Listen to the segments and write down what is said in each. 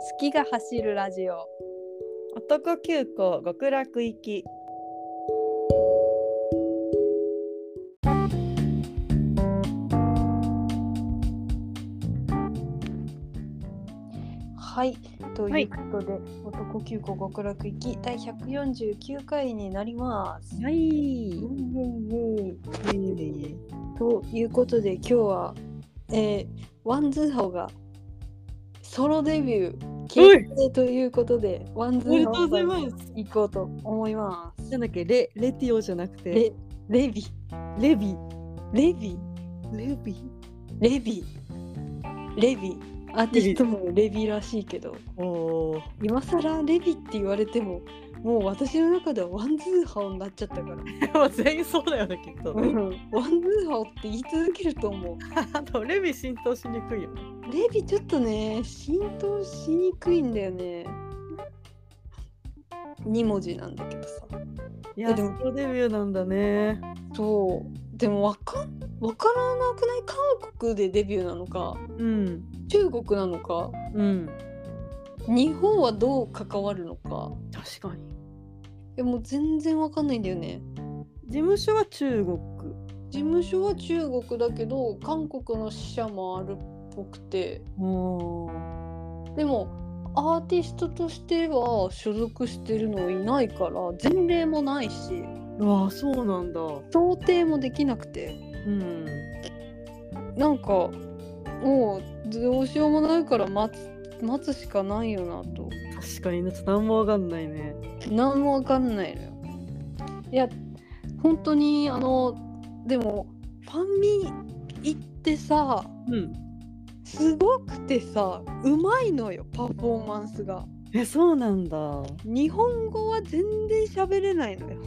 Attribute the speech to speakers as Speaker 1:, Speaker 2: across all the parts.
Speaker 1: 月が走るラジオ
Speaker 2: 男急行極楽行き
Speaker 1: はいと
Speaker 2: はいいう
Speaker 1: ことで、男急行極楽行き第149回になります。
Speaker 2: はい
Speaker 1: イエ
Speaker 2: い
Speaker 1: イイエイということで今日は、えー、ワンズーホがソロデビュー決定ということでワンズ
Speaker 2: おめで
Speaker 1: ー
Speaker 2: とう
Speaker 1: ホ
Speaker 2: ござい
Speaker 1: が
Speaker 2: ます
Speaker 1: 行こうと思います。
Speaker 2: なんだっけレレティオじゃなくて
Speaker 1: レレビ
Speaker 2: レビ
Speaker 1: レビ
Speaker 2: レビ
Speaker 1: レビレビアーティストもレビらしいけど
Speaker 2: おー
Speaker 1: 今更レビって言われてももう私の中ではワンズーハオになっちゃったから、
Speaker 2: まあ全員そうだよねきっと、
Speaker 1: ワンズーハオって言い続けると思う
Speaker 2: あとレビ浸透しにくいよね
Speaker 1: レビちょっとね浸透しにくいんだよね2文字なんだけどさ
Speaker 2: い
Speaker 1: え
Speaker 2: や
Speaker 1: で
Speaker 2: で
Speaker 1: も
Speaker 2: もソロデビューなんだね
Speaker 1: そうでもわかんわからなくない韓国でデビューなのか
Speaker 2: うん
Speaker 1: 中国なのか
Speaker 2: うん
Speaker 1: 日本はどう関わるのか
Speaker 2: 確かに
Speaker 1: いやもう全然わかんないんだよね
Speaker 2: 事務所は中国
Speaker 1: 事務所は中国だけど韓国の支社もあるっぽくて
Speaker 2: おー
Speaker 1: でもアーティストとしては所属してるのいないから前例もないし
Speaker 2: うわあそうなんだ
Speaker 1: 想定もできなくて
Speaker 2: うん
Speaker 1: なんかもうどうしようもないから待つ待つしかないよなと
Speaker 2: 確かにねちょっと何もわかんないね
Speaker 1: 何もわかんないのよいや本当にあのでもファンミ行ってさ
Speaker 2: うん
Speaker 1: すごくてさうまいのよパフォーマンスが
Speaker 2: えそうなんだ
Speaker 1: 日本語は全然喋れないのよ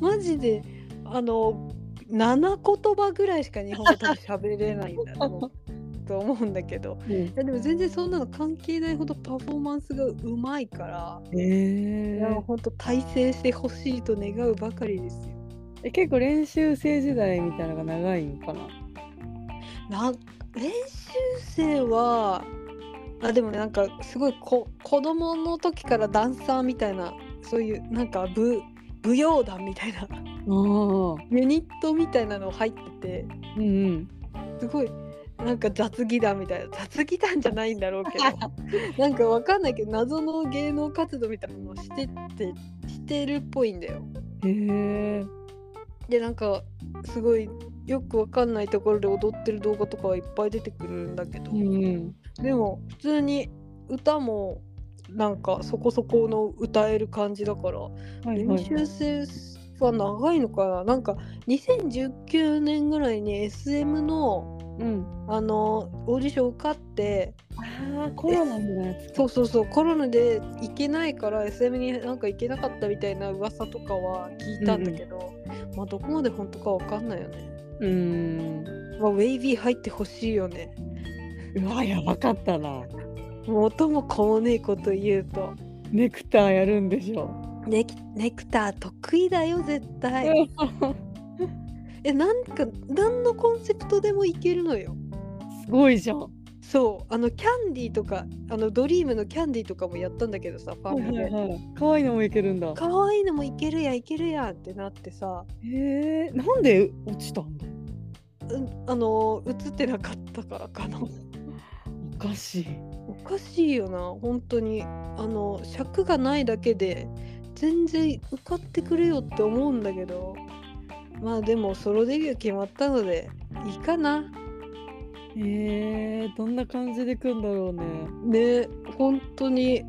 Speaker 1: マジであの7言葉ぐらいしか日本語多分喋れないんだろうと思うんだけど
Speaker 2: うん
Speaker 1: いやでも全然そんなの関係ないほどパフォーマンスがうまいから、
Speaker 2: え
Speaker 1: いやほんと大成してほしいと願うばかりですよ
Speaker 2: え結構練習生時代みたいなのが長いんかな
Speaker 1: な練習生はあでもねなんかすごいこ子供の時からダンサーみたいなそういうなんか舞舞踊団みたいな
Speaker 2: ああ
Speaker 1: ユニットみたいなの入ってて
Speaker 2: うんうん
Speaker 1: すごいなんか雑技団みたいな雑技団じゃないんだろうけ どなんかわかんないけど謎の芸能活動みたいなのをしてってしてるっぽいんだよ。
Speaker 2: へえ
Speaker 1: でなんかすごいよくわかんないところで踊ってる動画とかはいっぱい出てくるんだけど。
Speaker 2: うん
Speaker 1: でも普通に歌もなんかそこそこの歌える感じだから
Speaker 2: はい
Speaker 1: 練
Speaker 2: はい
Speaker 1: 習生は長いのかななんか2019年ぐらいに SM の
Speaker 2: うん
Speaker 1: あのオーディション受かって
Speaker 2: ああコロナのやつ
Speaker 1: そうそうそうコロナで行けないから SM になんか行けなかったみたいな噂とかは聞いたんだけど、まあどこまで本当かわかんないよね。
Speaker 2: うん
Speaker 1: まあ、ウェイビー入ってほしいよね。
Speaker 2: うわやばかったな
Speaker 1: 元も子もねえこと言うと。
Speaker 2: ネクターやるんでしょ
Speaker 1: ネキネクター得意だよ絶対、 えなんか何のコンセプトでもいけるのよ
Speaker 2: すごいじゃん
Speaker 1: そうあのキャンディーとかあのドリームのキャンディーとかもやったんだけどさファ
Speaker 2: はい
Speaker 1: ンミ
Speaker 2: は
Speaker 1: で
Speaker 2: いはい可愛いのもいけるんだ
Speaker 1: 可愛、い、のもいけるやいけるやんってなってさ、
Speaker 2: へえなんで落ちたんだ
Speaker 1: うん、あの映ってなかったからかな
Speaker 2: おかしい
Speaker 1: おかしいよな本当にあの尺がないだけで全然受かってくれよって思うんだけどまあでもソロデビュー決まったのでいいかな
Speaker 2: へえどんな感じで組んだろうね
Speaker 1: ね本当に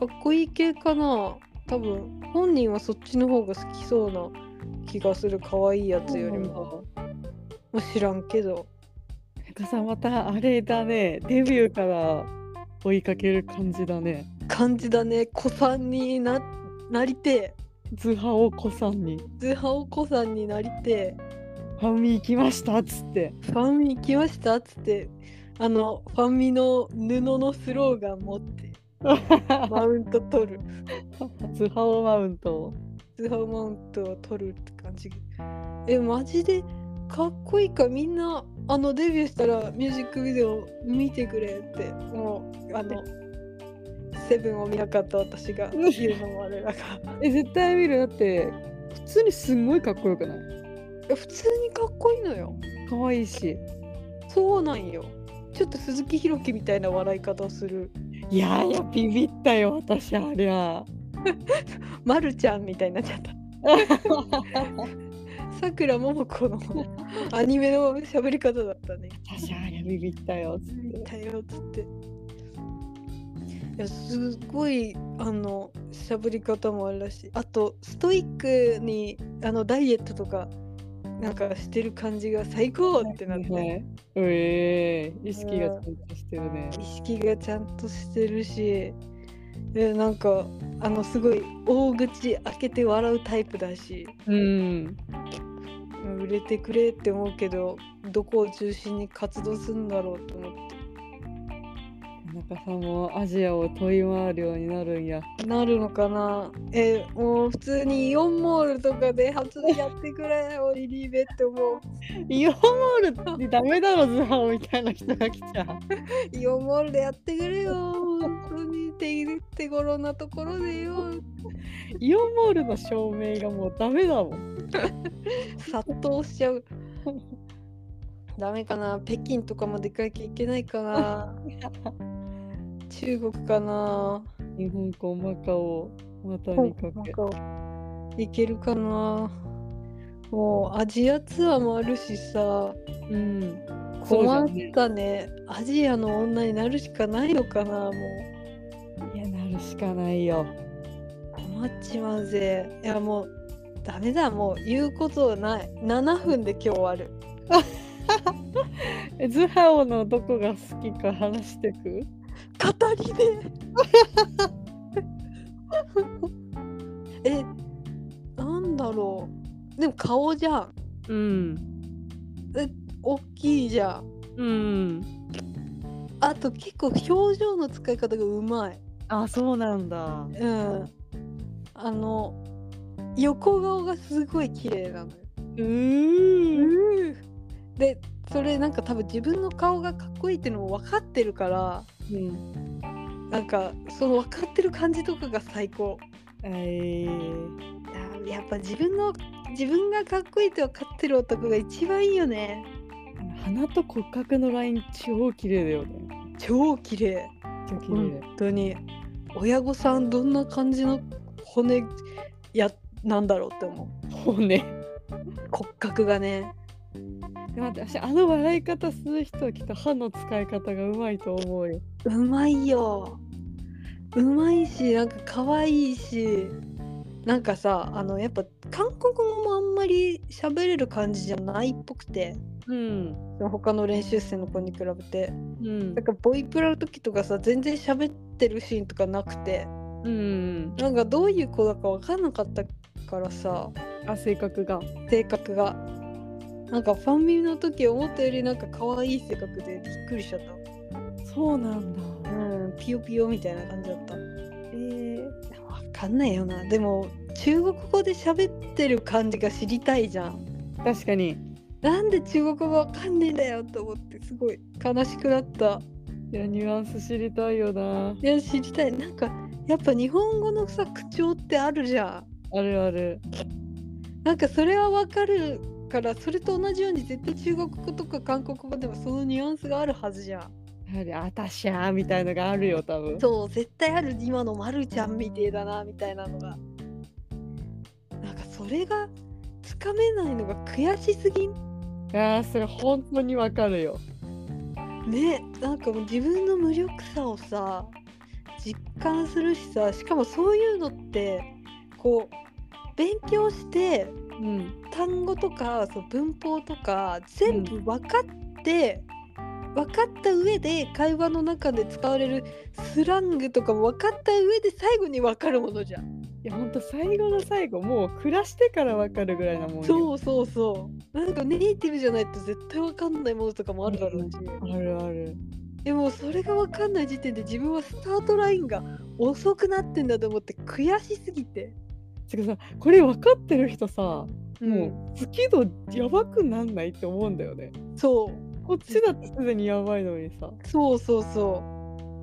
Speaker 1: かっこいい系かな多分本人はそっちの方が好きそうな気がする可愛いやつよりも、まあ知らんけど
Speaker 2: なんかさまたあれだねデビューから追いかける感じだね
Speaker 1: 感じだね子さんにななりて
Speaker 2: ズハオコさんに
Speaker 1: えズハオ子さんになりて
Speaker 2: 「ファンミ行きました」っつって
Speaker 1: えファンミ行きましたっつってあのファンミの布のスローガン持 ってマウント取る
Speaker 2: ズハオマウントを
Speaker 1: ズハオマウントを取るって感じえマジでかっこいいからみんなあのデビューしたらミュージックビデオ見てくれってもうあの「セブンを見なかった私が言うのもあれだから
Speaker 2: え絶対見るだって普通にすんごいかっこよくない
Speaker 1: え普通にかっこいいのよ
Speaker 2: 可愛いし
Speaker 1: そうなんよちょっと鈴木ひろきみたいな笑い方をする
Speaker 2: いやいやビビったよ私ありゃ
Speaker 1: まるちゃんみたいになっちゃったさくらももこのアニメの喋り方だったね
Speaker 2: 私ありゃビビったよつって
Speaker 1: だよっつっていやすごいあのしゃぶり方もあるらしいあとストイックにあのダイエットとかなんかしてる感じが最高ってなって、
Speaker 2: はいええ意識がちゃんとしてるね
Speaker 1: 意識がちゃんとしてるしえなんかあのすごい大口開けて笑うタイプだし
Speaker 2: うん
Speaker 1: うん売れてくれって思うけどどこを中心に活動するんだろうと思っ
Speaker 2: 田中さんもアジアを問い回るようになるんや
Speaker 1: てなるのかなえもう普通にイオンモールとかで発売やってくれよリリーベって思
Speaker 2: イオンモールってダメだろズハオみたいな人が来ちゃう
Speaker 1: うイオンモールでやってくれよ本当に手手頃なところでよ
Speaker 2: イオンモールの照明がもうダメだもん
Speaker 1: 殺到しちゃうダメかな北京とかもでかいきゃいけないか な中国かな
Speaker 2: 日本語マカオまた
Speaker 1: なん
Speaker 2: にかけ
Speaker 1: かいけるかなもうアジアツアーもあるしさ
Speaker 2: うんそうじ
Speaker 1: 困
Speaker 2: ゃ
Speaker 1: っ
Speaker 2: んね
Speaker 1: たねアジアの女になるしかないのかなもう
Speaker 2: いやなるしかないよ
Speaker 1: 困っちまうぜいやもうダメだもう言うことはない7分で今日終わる
Speaker 2: えズハオのどこが好きか話してく
Speaker 1: 語り部 えなんだろうでも顔じゃん
Speaker 2: うん
Speaker 1: 大きいじゃん
Speaker 2: うん
Speaker 1: あと結構表情の使い方がうまい。
Speaker 2: あそうなんだ
Speaker 1: うん。あの横顔がすごい綺麗なのよ。
Speaker 2: うーん
Speaker 1: でそれなんか多分自分の顔がかっこいいっていうのも分かってるから
Speaker 2: うん
Speaker 1: なんかその分かってる感じとかが最高。
Speaker 2: はい
Speaker 1: あやっぱ自分の自分がかっこいいって分かってる男が一番いいよね。
Speaker 2: あの鼻と骨格のライン超綺麗だよね
Speaker 1: 超綺麗
Speaker 2: 超綺麗
Speaker 1: 本当に親御さんどんな感じの骨やなんだろうって思う。
Speaker 2: 骨
Speaker 1: 骨格がね
Speaker 2: で待って私あの笑い方する人はきっと歯の使い方がうまいと思うよ
Speaker 1: うまいようまいしなんか可愛いしなんかさあのやっぱ韓国語もあんまり喋れる感じじゃないっぽくて
Speaker 2: うん
Speaker 1: 他の練習生の子に比べて
Speaker 2: うん
Speaker 1: なんかボイプラの時とかさ全然喋ってるシーンとかなくて
Speaker 2: うん
Speaker 1: なんかどういう子だか分かんなかったからさ
Speaker 2: あ性格が
Speaker 1: 性格がなんかファンミの時思ったよりなんか可愛い性格でびっくりしちゃった
Speaker 2: そうなんだ
Speaker 1: うん、ピヨピヨみたいな感じだった。
Speaker 2: えー、
Speaker 1: わかんないよな。でも、中国語で喋ってる感じが知りたいじゃん。
Speaker 2: 確かに
Speaker 1: なんで中国語わかんねえんだよと思って、すごい悲しくなった。
Speaker 2: いやニュアンス知りたいよない
Speaker 1: や、知りたい。なんか、やっぱ日本語のさ、口調ってあるじゃ
Speaker 2: あるある
Speaker 1: ん。なんか、それはわかるから、それと同じように絶対中国語とか韓国語でもそのニュアンスがあるはずじゃん。
Speaker 2: やはりあたしゃーみたいのがあるよ多分
Speaker 1: そう絶対ある今のまるちゃんみてえだなみたいなのがなんかそれがつかめないのが悔しすぎん
Speaker 2: あーそれ本当にわかるよ
Speaker 1: ねなんかもう自分の無力さをさ実感するしさしかもそういうのってこう勉強して
Speaker 2: うん
Speaker 1: 単語とかそう文法とか全部分かって、分かった上で会話の中で使われるスラングとかも分かった上で最後に分かるものじゃん。
Speaker 2: いやほんと最後の最後もう暮らしてからわかるぐらいなもんよ
Speaker 1: そうそうそうなんかネイティブじゃないと絶対わかんないものとかもあるだろうし、
Speaker 2: あるある
Speaker 1: でもそれがわかんない時点で自分はスタートラインが遅くなってんだと思って悔しすぎて
Speaker 2: てかさこれ分かってる人さもう月度やばくなんないって思うんだよね。
Speaker 1: そう
Speaker 2: こっちだってすでにやばいのにさ。
Speaker 1: そうそうそう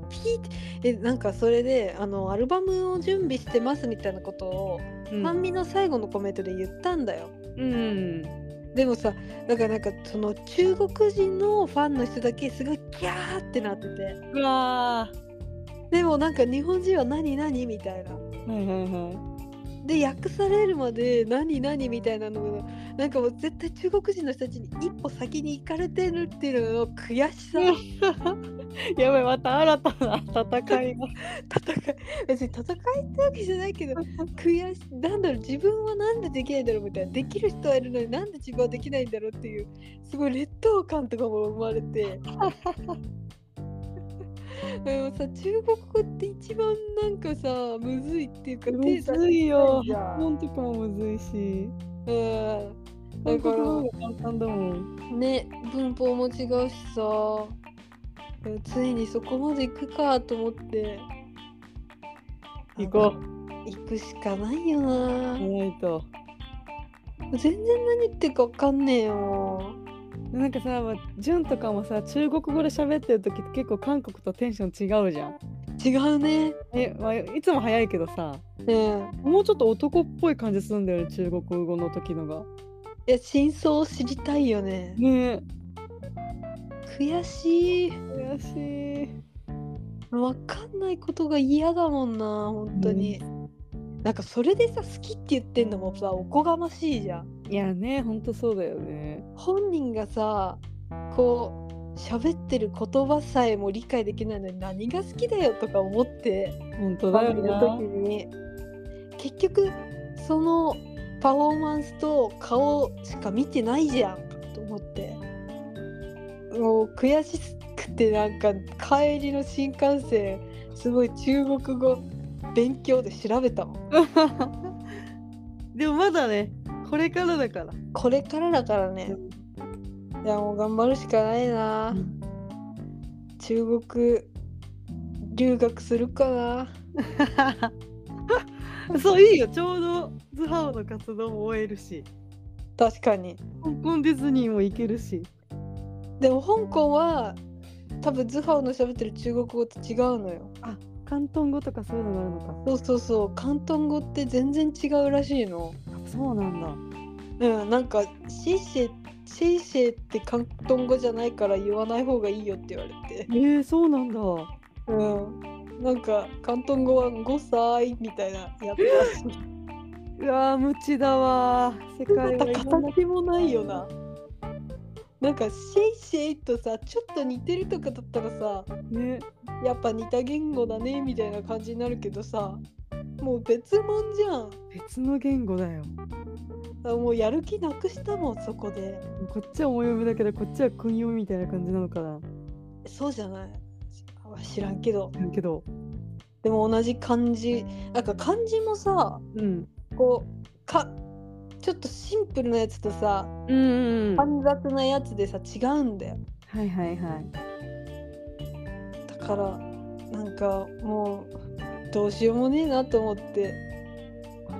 Speaker 1: ピーってえなんかそれであのアルバムを準備してますみたいなことを
Speaker 2: う
Speaker 1: 半身の最後のコメントで言ったんだよ。
Speaker 2: うん、
Speaker 1: でもさだからなんかその中国人のファンの人だけすごいキャーってなってて
Speaker 2: うわー
Speaker 1: でもなんか日本人は何何みたいな
Speaker 2: はいはいは
Speaker 1: で訳されるまで何何みたいなのがなんかもう絶対中国人の人たちに一歩先に行かれてるっていうのの悔しさ
Speaker 2: い。やばいまた新たな戦い が。
Speaker 1: 戦い別に戦いってわけじゃないけど悔しなんだろう自分はなんでできないんだろうみたいなできる人はいるのになんで自分はできないんだろうっていうすごい劣等感とかも生まれてでもさ中国語って一番なんかさむずいっていうか
Speaker 2: む
Speaker 1: 手出
Speaker 2: ずいよ。
Speaker 1: じゃ
Speaker 2: 発
Speaker 1: ん
Speaker 2: 音とかもむずいし。
Speaker 1: うん
Speaker 2: 韓
Speaker 1: だから
Speaker 2: 国語の方が簡単だもん。
Speaker 1: ね文法も違うしさでもついにそこまで行くかと思って
Speaker 2: 行こ
Speaker 1: 行くしかないよな
Speaker 2: う。じゃないと。
Speaker 1: 全然何言ってるかわかんねえよ。
Speaker 2: なんかさ、まあ、ジュンとかもさ、中国語で喋ってる時って結構韓国とテンション違うじゃん。
Speaker 1: 違うね。
Speaker 2: え、まあ、いつも早いけどさ、
Speaker 1: うん。
Speaker 2: もうちょっと男っぽい感じするんだよね、中国語の時のが。
Speaker 1: いや、真相を知りたいよね。
Speaker 2: ね
Speaker 1: 悔しい。
Speaker 2: 悔しい。
Speaker 1: わかんないことが嫌だもんな、本当に。なんかそれでさ、好きって言ってんのもさ、おこがましいじゃん。
Speaker 2: いやね、ほんとそうだよね。
Speaker 1: 本人がさ、こう、喋ってる言葉さえも理解できないのに何が好きだよとか思って。
Speaker 2: ほんと
Speaker 1: パ
Speaker 2: だ
Speaker 1: フ
Speaker 2: よ
Speaker 1: ィの時
Speaker 2: な。
Speaker 1: に結局そのパフォーマンスと顔しか見てないじゃんと思ってもう悔しくてなんか帰りの新幹線すごい中国語勉強で調べたもん
Speaker 2: でもまだね、これからだ から。
Speaker 1: これからだからねいやもう頑張るしかないな中国留学するかな
Speaker 2: そういいよ、ちょうどズハオの活動も終えるし、
Speaker 1: 確かに
Speaker 2: 香港ディズニーも行けるし。
Speaker 1: でも香港は多分ズハオの喋ってる中国語と違うのよ
Speaker 2: 広東語とかそういうのがあるの
Speaker 1: そうそうそう広東語って全然違うらしいの
Speaker 2: か。そうなんだ。
Speaker 1: うんなんかシーシェシェイシェイって広東語じゃないから言わない方がいいよって言われて
Speaker 2: えー、そうなんだ。
Speaker 1: うんなんか広東語は5歳みたいなやってたし
Speaker 2: うわー無知だわー。世界
Speaker 1: ま
Speaker 2: は
Speaker 1: た
Speaker 2: いろんな
Speaker 1: 形もないよななんかシェイシェイとさちょっと似てるとかだったらさ
Speaker 2: ね。
Speaker 1: やっぱ似た言語だねみたいな感じになるけどさもう別物じゃん
Speaker 2: 別の言語だよ。
Speaker 1: あもうやる気なくしたもんそこで
Speaker 2: こっちは思い読みだけど、こっちは訓読みみたいな感じなのかな。
Speaker 1: そうじゃないあ知らんけど
Speaker 2: だけど。
Speaker 1: でも同じ漢字なんか漢字もさ
Speaker 2: うん。
Speaker 1: こうかちょっとシンプルなやつとさ
Speaker 2: うんうんうん。
Speaker 1: 煩雑なやつでさ違うんだよ
Speaker 2: はいはいはい。
Speaker 1: だからなんかもうどうしようもねえなと思って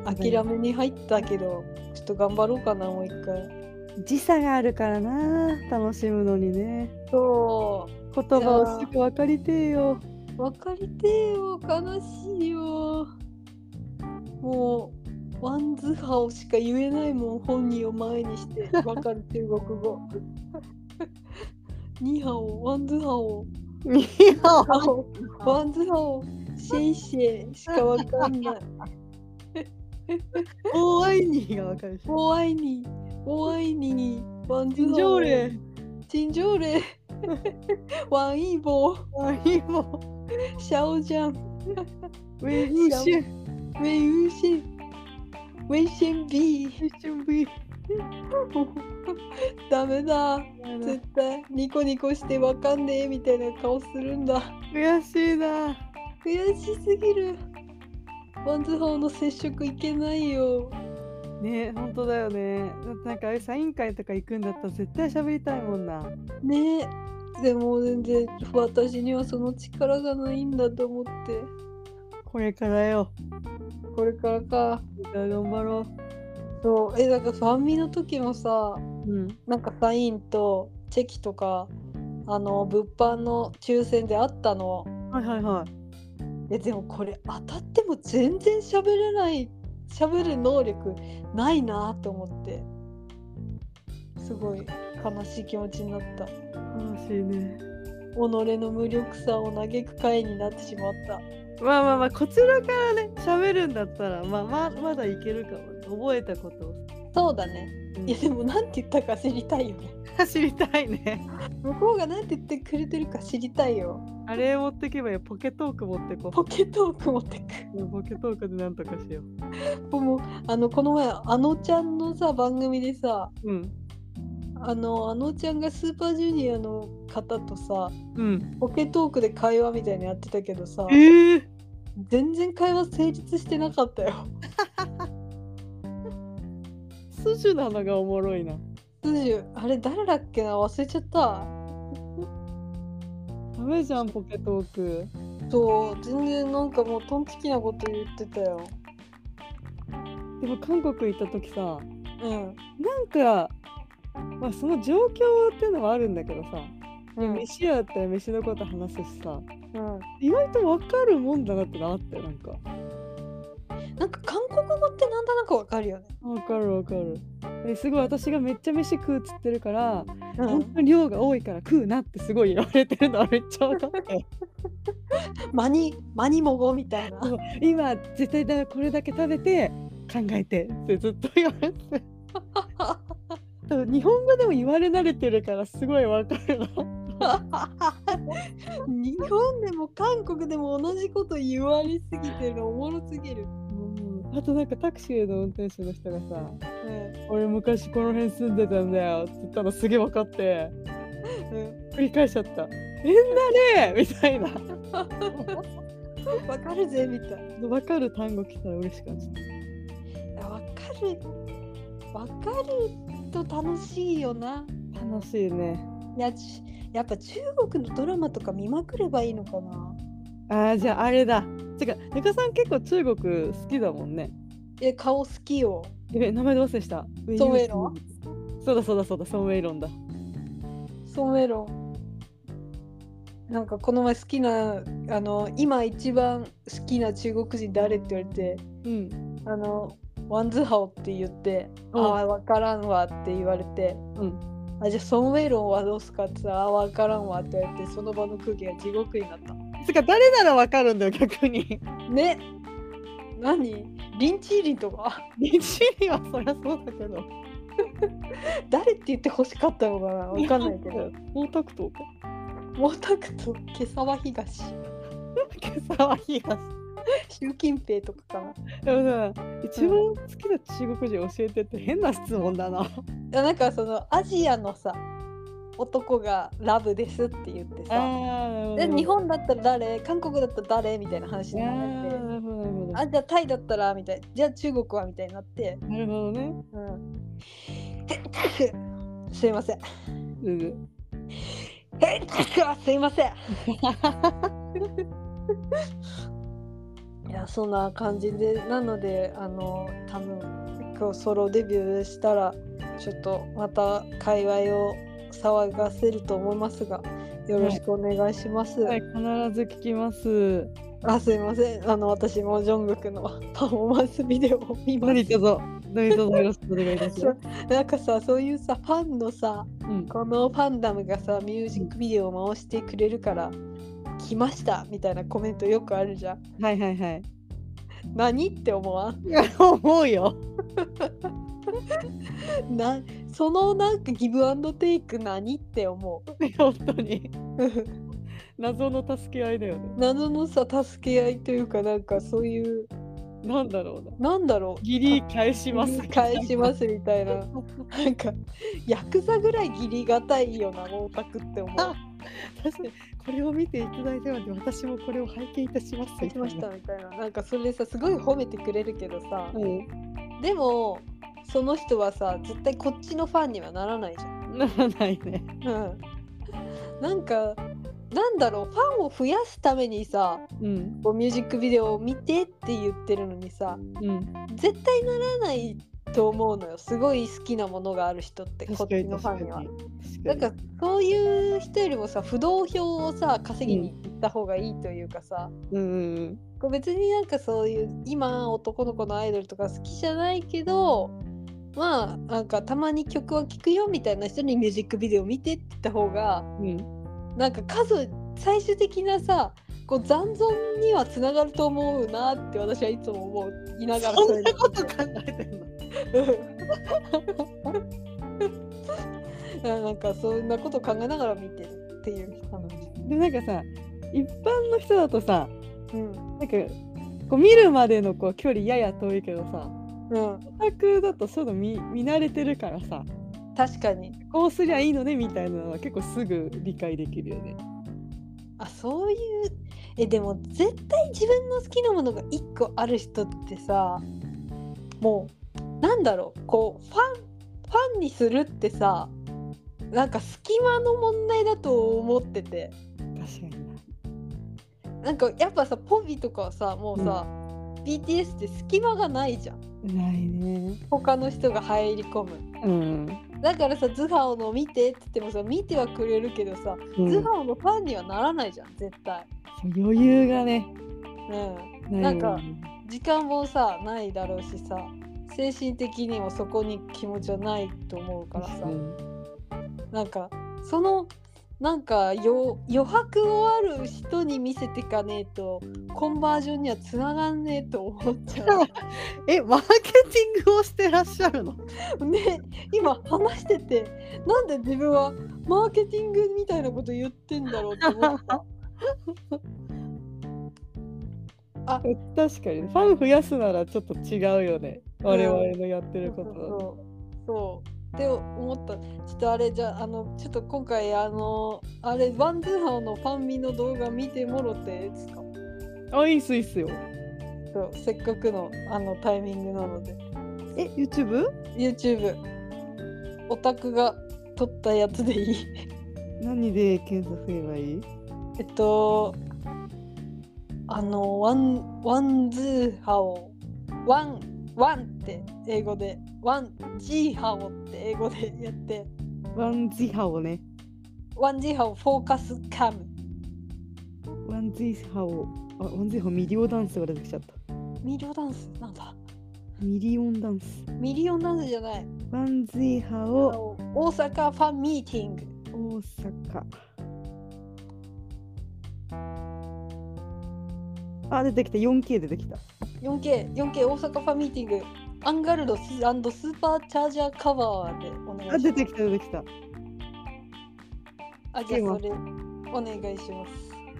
Speaker 1: 諦めに入ったけどちょっと頑張ろうかなもう一回
Speaker 2: 時差があるからなー。楽しむのにね。
Speaker 1: そ
Speaker 2: 言葉をすぐ分かりてえよ。
Speaker 1: う分かりてえよ悲しいよもうワンズハオしか言えないもん本人を前にして分かる中国 語ニハオワンズハオ
Speaker 2: い
Speaker 1: ワンズハオワンズハオシェイシェイしか分かん ない
Speaker 2: おーいにが分かるし。
Speaker 1: お会いにお会いにワンズハオ
Speaker 2: 陳情令。
Speaker 1: 陳情令 ワンイーボー
Speaker 2: あ、いいも
Speaker 1: シャオジャン
Speaker 2: ん。ウェイウシェン。
Speaker 1: ウェイウーシェンウェイシェンビー
Speaker 2: ウェイシェンビー。
Speaker 1: ダメだ絶対ニコニコしてわかんねえみたいな顔するんだ
Speaker 2: 悔しいな。
Speaker 1: 悔しすぎるワンズハオの接触いけないよ
Speaker 2: ね本当だよね。だってなんかああいうサイン会とか行くんだったら絶対喋りたいもんな。
Speaker 1: ねえでも全然私にはその力がないんだと思って
Speaker 2: これからよ。
Speaker 1: これからか
Speaker 2: 頑張ろ
Speaker 1: そうえだからファンミの時もさ
Speaker 2: うん、
Speaker 1: なんかサインとチェキとかあの物販の抽選であったの
Speaker 2: はいはいはい。
Speaker 1: えでもこれ当たっても全然喋れない喋る能力ないなと思ってすごい悲しい気持ちになった己
Speaker 2: 悲しいね。
Speaker 1: の無力さを嘆く会になってしまった
Speaker 2: まあまあまあ、こちらからね、喋るんだったら、まあまあまだいけるかも。覚えたことを。
Speaker 1: そうだね
Speaker 2: うん
Speaker 1: いやでも何て言ったか知りたいよね
Speaker 2: 知りたいね。
Speaker 1: 向こうが何て言ってくれてるか知りたいよ
Speaker 2: あれ持ってけばいいよ。ポケトーク持ってこ
Speaker 1: ポケットーク持ってく
Speaker 2: う。ポケトークでなんとかしよう。
Speaker 1: もうあのこの前あのちゃんのさ番組でさ
Speaker 2: うん。
Speaker 1: あのあのちゃんがスーパージュニアの方とさ
Speaker 2: うん。
Speaker 1: ポケトークで会話みたいにやってたけどさ
Speaker 2: ええ
Speaker 1: 全然会話成立してなかったよ。
Speaker 2: スジュなのがおもろいな。
Speaker 1: すじゅあれ誰だっけな忘れちゃった。
Speaker 2: ダメじゃん、ポケトーク。
Speaker 1: そう全然なんかもうトンチキなこと言ってたよ。
Speaker 2: でも韓国行った時さ、
Speaker 1: うん。
Speaker 2: なんか、まあその状況っていうのはあるんだけどさ、
Speaker 1: うん。
Speaker 2: 飯屋だったら飯のこと話すし
Speaker 1: う
Speaker 2: さ、
Speaker 1: ん、
Speaker 2: 意外とわかるもんだなってなって、なんか。
Speaker 1: なんか韓国語ってなんとなくわかるよね。
Speaker 2: わかるわかる。ですごい私がめっちゃ飯食うっつってるから、
Speaker 1: う
Speaker 2: 本
Speaker 1: ん。
Speaker 2: 当に量が多いから食うなってすごい言われてるのはめっちゃ分 かって
Speaker 1: マニマニモゴみたいな。
Speaker 2: そう今絶対だこれだけ食べて考えてってずっと言わ れて多分日本語でも言われ慣れてるからすごい分かるの。
Speaker 1: 日本でも韓国でも同じこと言われすぎてるのおもろすぎる。
Speaker 2: あとなんかタクシーの運転手の人がさ
Speaker 1: うん
Speaker 2: 「俺昔この辺住んでたんだよ」って言ったのすげえ分かって
Speaker 1: う
Speaker 2: 繰り返しちゃった「変だね!」みたいな
Speaker 1: ん。わかるぜみたいな。
Speaker 2: 分かる単語来たら嬉しかった。
Speaker 1: わかるわかると楽しいよな
Speaker 2: 楽しいね。
Speaker 1: いやちやっぱ中国のドラマとか見まくればいいのかな
Speaker 2: ああじゃああれだ。てかぬかさん結構中国好きだもんね。
Speaker 1: え顔好きよ
Speaker 2: やべ名前どうせした。
Speaker 1: ソンウェイロ
Speaker 2: ン。そうだそうだそうだソンウェイロンだ。
Speaker 1: ソメロなんかこの前好きなあの今一番好きな中国人誰って言われて
Speaker 2: うん
Speaker 1: あのワンズハオって言って「
Speaker 2: う
Speaker 1: あ
Speaker 2: ん
Speaker 1: あ分からんわ」って言われて「
Speaker 2: うん
Speaker 1: あじゃあソンウェイロンはどうすか?」って言ったら「あ分からんわ」って言われてその場の空気が地獄になった。
Speaker 2: つか誰ならわかるんだよ逆に。
Speaker 1: ね何リンチーリンとか
Speaker 2: リチにはそりゃそうだけど。
Speaker 1: 誰って言って欲しかったのかなわかんないけ ど。
Speaker 2: 毛沢東か。
Speaker 1: 毛沢東毛沢東
Speaker 2: 今朝は東。
Speaker 1: 習近平とかかない
Speaker 2: でもさ一番好きな中国人教えてって変な質問だな。
Speaker 1: やなんかそのアジアのさ男がラブですって言ってさ
Speaker 2: あ
Speaker 1: で日。本だったら誰韓国だったら誰みたいな話
Speaker 2: あ
Speaker 1: に
Speaker 2: ー
Speaker 1: なって
Speaker 2: なるほどなるほど。
Speaker 1: あじゃあタイだったらみたいなじゃあ中国はみたいになって
Speaker 2: なるほどね。
Speaker 1: うん すいません
Speaker 2: うん
Speaker 1: すいま せんいやそんな感じでなのであの多分今日ソロデビューしたらちょっとまた界隈を騒がせると思いますがよろしくお願いします、
Speaker 2: はい必ず聞きます。
Speaker 1: あすいませんあの私もジョングクのパフォーマンスビデオを見ま
Speaker 2: 何
Speaker 1: し
Speaker 2: 卒何卒よろしくお願いいたします。
Speaker 1: たなんかさそういうさファンのさ
Speaker 2: うん、
Speaker 1: このファンダムがさミュージックビデオを回してくれるから来ましたみたいなコメントよくあるじゃん
Speaker 2: はいはいはい。
Speaker 1: 何って思わん
Speaker 2: 思うよ。
Speaker 1: なそのなんかギブアンドテイク何って思う
Speaker 2: 本当に謎の助け合いだよね。
Speaker 1: 謎のさ助け合いというかなんかそういう
Speaker 2: なんだろうな。
Speaker 1: なんだろう
Speaker 2: ギリ返します。
Speaker 1: 返しますみたいななんかヤクザぐらい義理がたいよなオタクって思う
Speaker 2: 確かにこれを見ていただいたので私もこれを拝見いたします。
Speaker 1: できましたみたいななんかそれさすごい褒めてくれるけどさ
Speaker 2: うん。
Speaker 1: でもその人はさ絶対こっちのファンにはならないじゃん
Speaker 2: ならないね。
Speaker 1: うんなんかなんだろうファンを増やすためにさ
Speaker 2: うん。
Speaker 1: こうミュージックビデオを見てって言ってるのにさ
Speaker 2: うん。
Speaker 1: 絶対ならないと思うのよすごい好きなものがある人ってこっ
Speaker 2: 確か
Speaker 1: ち
Speaker 2: に
Speaker 1: の
Speaker 2: 確
Speaker 1: ファ
Speaker 2: か
Speaker 1: ンには
Speaker 2: に。
Speaker 1: なんかそういう人よりもさ不動票をさ稼ぎに行った方がいいというかさ、
Speaker 2: うんうん
Speaker 1: こう別になんかそういう今男の子のアイドルとか好きじゃないけどまあなんかたまに曲は聴くよみたいな人にミュージックビデオ見てって言った方が
Speaker 2: うん
Speaker 1: なんか数最終的なさこう残存にはつながると思うなって私はいつも思ういながら
Speaker 2: そ
Speaker 1: れ
Speaker 2: んなこと考えてんの
Speaker 1: うん なんかそんなこと考えながら見てるっていう話。
Speaker 2: でなんかさ一般の人だとさ
Speaker 1: うん。
Speaker 2: なんかこう見るまでのこう距離やや遠いけどさ
Speaker 1: うん。
Speaker 2: オタクだとそういうの見見慣れてるからさ
Speaker 1: 確かに。
Speaker 2: こうすりゃいいのねみたいなのは結構すぐ理解できるよね。
Speaker 1: あ、そういう。え、でも絶対自分の好きなものが一個ある人ってさ、もうなんだろう、こうファンファンにするってさ、なんか隙間の問題だと思ってて。
Speaker 2: 確かに
Speaker 1: なんかやっぱさポビとかはさもうさ、BTS って隙間がないじゃん
Speaker 2: なないね。
Speaker 1: 他の人が入り込む
Speaker 2: うん。
Speaker 1: だからさズハオの見てって言ってもさ見てはくれるけどさ、
Speaker 2: うん
Speaker 1: ズハオのファンにはならないじゃん絶対
Speaker 2: 余裕がね。
Speaker 1: う
Speaker 2: いよね
Speaker 1: なんか時間もさないだろうしさ精神的にもそこに気持ちはないと思うからさ、
Speaker 2: うん
Speaker 1: なんかそのなんかよ余白をある人に見せてかねえとコンバージョンにはつながんねえと思っちゃう
Speaker 2: えマーケティングをしてらっしゃるの？
Speaker 1: ね今話しててなんで自分はマーケティングみたいなこと言ってんだろうと思った
Speaker 2: 確かにファン増やすならちょっと違うよね。我々のやってることだと。
Speaker 1: そうそうって思ったちょっとあれじゃあのちょっと今回あのあれワンズハオのファンミの動画見てもろてええっつか
Speaker 2: あ、いいっすいいっすよ。
Speaker 1: そうせっかくのあのタイミングなので
Speaker 2: え、YouTube?
Speaker 1: YouTube オタクが撮ったやつでいい
Speaker 2: 何で検索すればいい
Speaker 1: えっとあのワンワンズーハオワンワンって英語でワンジーハオって英語でやって
Speaker 2: ワンジハオね。
Speaker 1: ワンジーハオフォーカスカム
Speaker 2: ワンジハオ。あ、ワンジハオミリオンダンスが出てきちゃった。
Speaker 1: ミリオンダンスなんだ
Speaker 2: ミリオンダンス。
Speaker 1: ミリオンダンスじゃない
Speaker 2: ワンジハ
Speaker 1: あ
Speaker 2: オ
Speaker 1: の大阪ファンミーティング
Speaker 2: 大阪。あ、出てきた。4K 出てきた。
Speaker 1: 4K4K 大阪ファンミーティングアンガルドススーパーチャージャーカバーでお願いします
Speaker 2: あ、出てきた出てきた。
Speaker 1: あ、じゃあそれお願いします。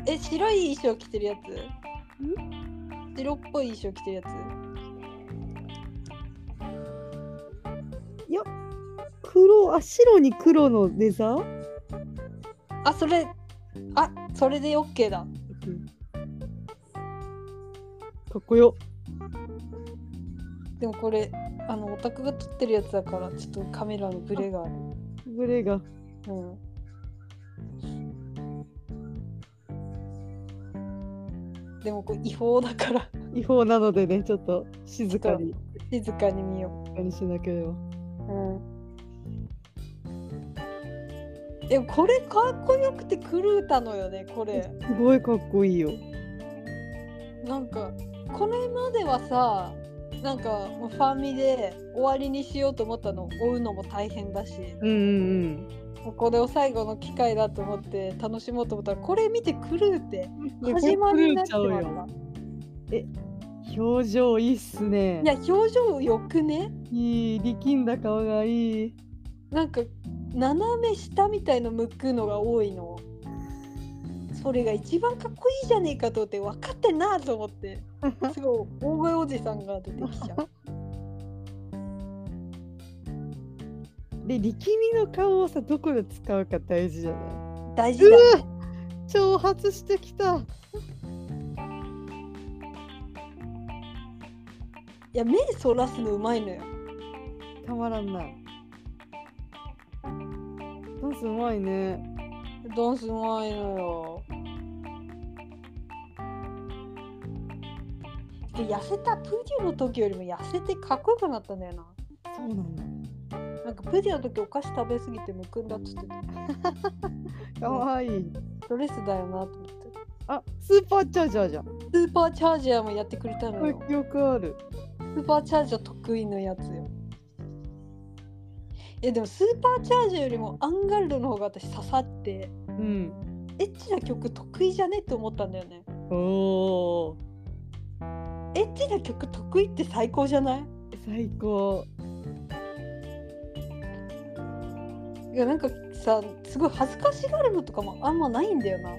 Speaker 1: え、白い衣装着てるやつ白っぽい衣装着てるやつ
Speaker 2: 黒、あ、白に黒のレザー
Speaker 1: あ、それ、あ、それで OK だ。
Speaker 2: かっこよ。
Speaker 1: でもこれ、あの、オタクが撮ってるやつだから、ちょっとカメラのブレがある。
Speaker 2: ブレが。
Speaker 1: うん。でもこれ違法だから
Speaker 2: 違法なのでね、ちょっと静かに、
Speaker 1: 静かに見よ
Speaker 2: 静かにしなければ。
Speaker 1: う。うん。でもこれかっこよくて狂うたのよね、これ。
Speaker 2: すごいかっこいいよ。
Speaker 1: なんかこれまではさなんかもうファミで終わりにしようと思ったの追うのも大変だし
Speaker 2: うんうん
Speaker 1: もうこれを最後の機会だと思って楽しもうと思ったらこれ見て狂うて
Speaker 2: うん。
Speaker 1: 始まりになっち
Speaker 2: ちゃ
Speaker 1: ま
Speaker 2: う
Speaker 1: っ
Speaker 2: よ。表情いいっすね。
Speaker 1: たいや表情よくね
Speaker 2: いい、力んだ顔がいい。
Speaker 1: なんか斜め下みたいの向くのが多いのそれが一番かっこいいじゃねえかと 思って分かってんなと思ってすごい大声おじさんが出てきちゃ う
Speaker 2: で、力みの顔をさ、どこで使うか大事じゃな
Speaker 1: 大事だね
Speaker 2: い。挑発してきた。
Speaker 1: いや目そらすのうまいのよ
Speaker 2: たまらんな。ダンスうまいね。
Speaker 1: ダンスうまいのよ。で痩せたプデュの時よりも痩せてかっこよくなったんだよな。
Speaker 2: そうなんだ。
Speaker 1: なんかプリの時お菓子食べ過ぎてむくんだっつってた
Speaker 2: かわいい。
Speaker 1: ストレスだよなと思って
Speaker 2: あ、スーパーチャージャーじゃん。
Speaker 1: スーパーチャージャーもやってくれたのよ
Speaker 2: よくある。
Speaker 1: スーパーチャージャー得意のやつよいやでもスーパーチャージャーよりもアンガールドの方が私刺さって
Speaker 2: うん。
Speaker 1: エッチな曲得意じゃねって思ったんだよね
Speaker 2: おお。
Speaker 1: エッチな曲得意って最高じゃない
Speaker 2: 最高。
Speaker 1: いやなんかさすごい恥ずかしがるのとかもあんまないんだよな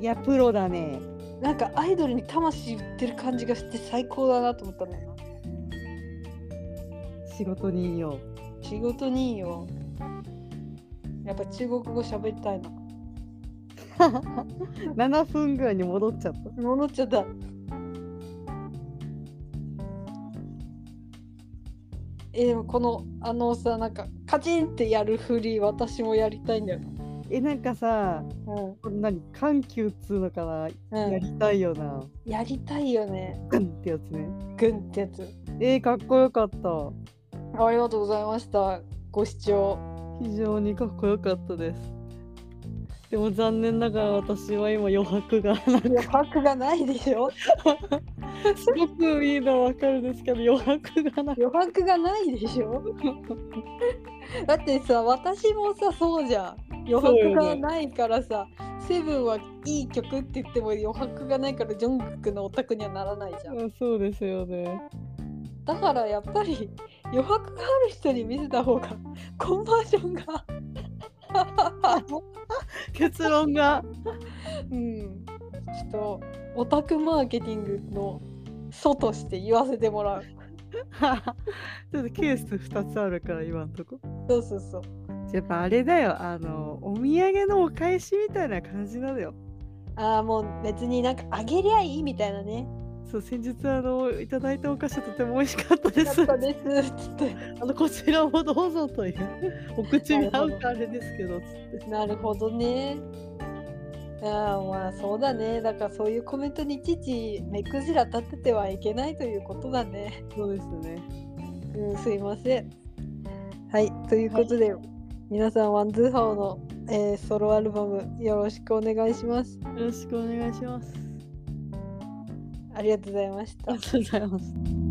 Speaker 1: い
Speaker 2: や、プロだね。
Speaker 1: なんかアイドルに魂売ってる感じがして最高だなと思ったんだよな
Speaker 2: 仕事にいいよ。
Speaker 1: 仕事にいいよやっぱ中国語喋りたいな
Speaker 2: 7分ぐらいに戻っちゃった。
Speaker 1: 戻っちゃったえーでもこのあのさなんかカチンってやる振り私もやりたいんだよな
Speaker 2: え、なんかさ、
Speaker 1: うん
Speaker 2: こんなに緩急っつうのかな、
Speaker 1: う
Speaker 2: や
Speaker 1: ん、
Speaker 2: りたいよな。
Speaker 1: やりたいよね
Speaker 2: グンってやつね。
Speaker 1: グンってやつ
Speaker 2: えー、かっこよかった。
Speaker 1: ありがとうございましたご視聴
Speaker 2: 非常にかっこよかったです。でも残念ながら私は今余白が
Speaker 1: いやパックがないでしょ
Speaker 2: すごくいいのはわかるんですけど余白 がなく
Speaker 1: 余白がないでし ょだってさ私もさそうじゃん余白がないからさ、セブンはいい曲って言っても余白がないからジョングクのオタクにはならないじゃん
Speaker 2: そうですよね。
Speaker 1: だからやっぱり余白がある人に見せた方がコンバージョンが
Speaker 2: 結論が
Speaker 1: うんちょっとオタクマーケティングの祖として言わせてもらう
Speaker 2: ちょっとケース2つあるから今んとこ。
Speaker 1: そうそうそう
Speaker 2: やっぱあれだよあのお土産のお返しみたいな感じなのよ。
Speaker 1: ああもう別になんかあげりゃいいみたいなね
Speaker 2: そう先日あのいただいたお菓子とても美味しかったで
Speaker 1: やっ
Speaker 2: す。
Speaker 1: たですつって
Speaker 2: あのこちらもどうぞという お口に合うかあれですけどつって。
Speaker 1: なるほどね。ああまあそうだね。だからそういうコメントにいちいち目くじら立ててはいけないということだね。
Speaker 2: そうですね。
Speaker 1: うん、すいません。はい、ということで、皆さんワンズーハオの、えーソロアルバムよろしくお願いします。
Speaker 2: よろしくお願いします。
Speaker 1: ありがとうございまし
Speaker 2: あ
Speaker 1: た
Speaker 2: り。がとうございます。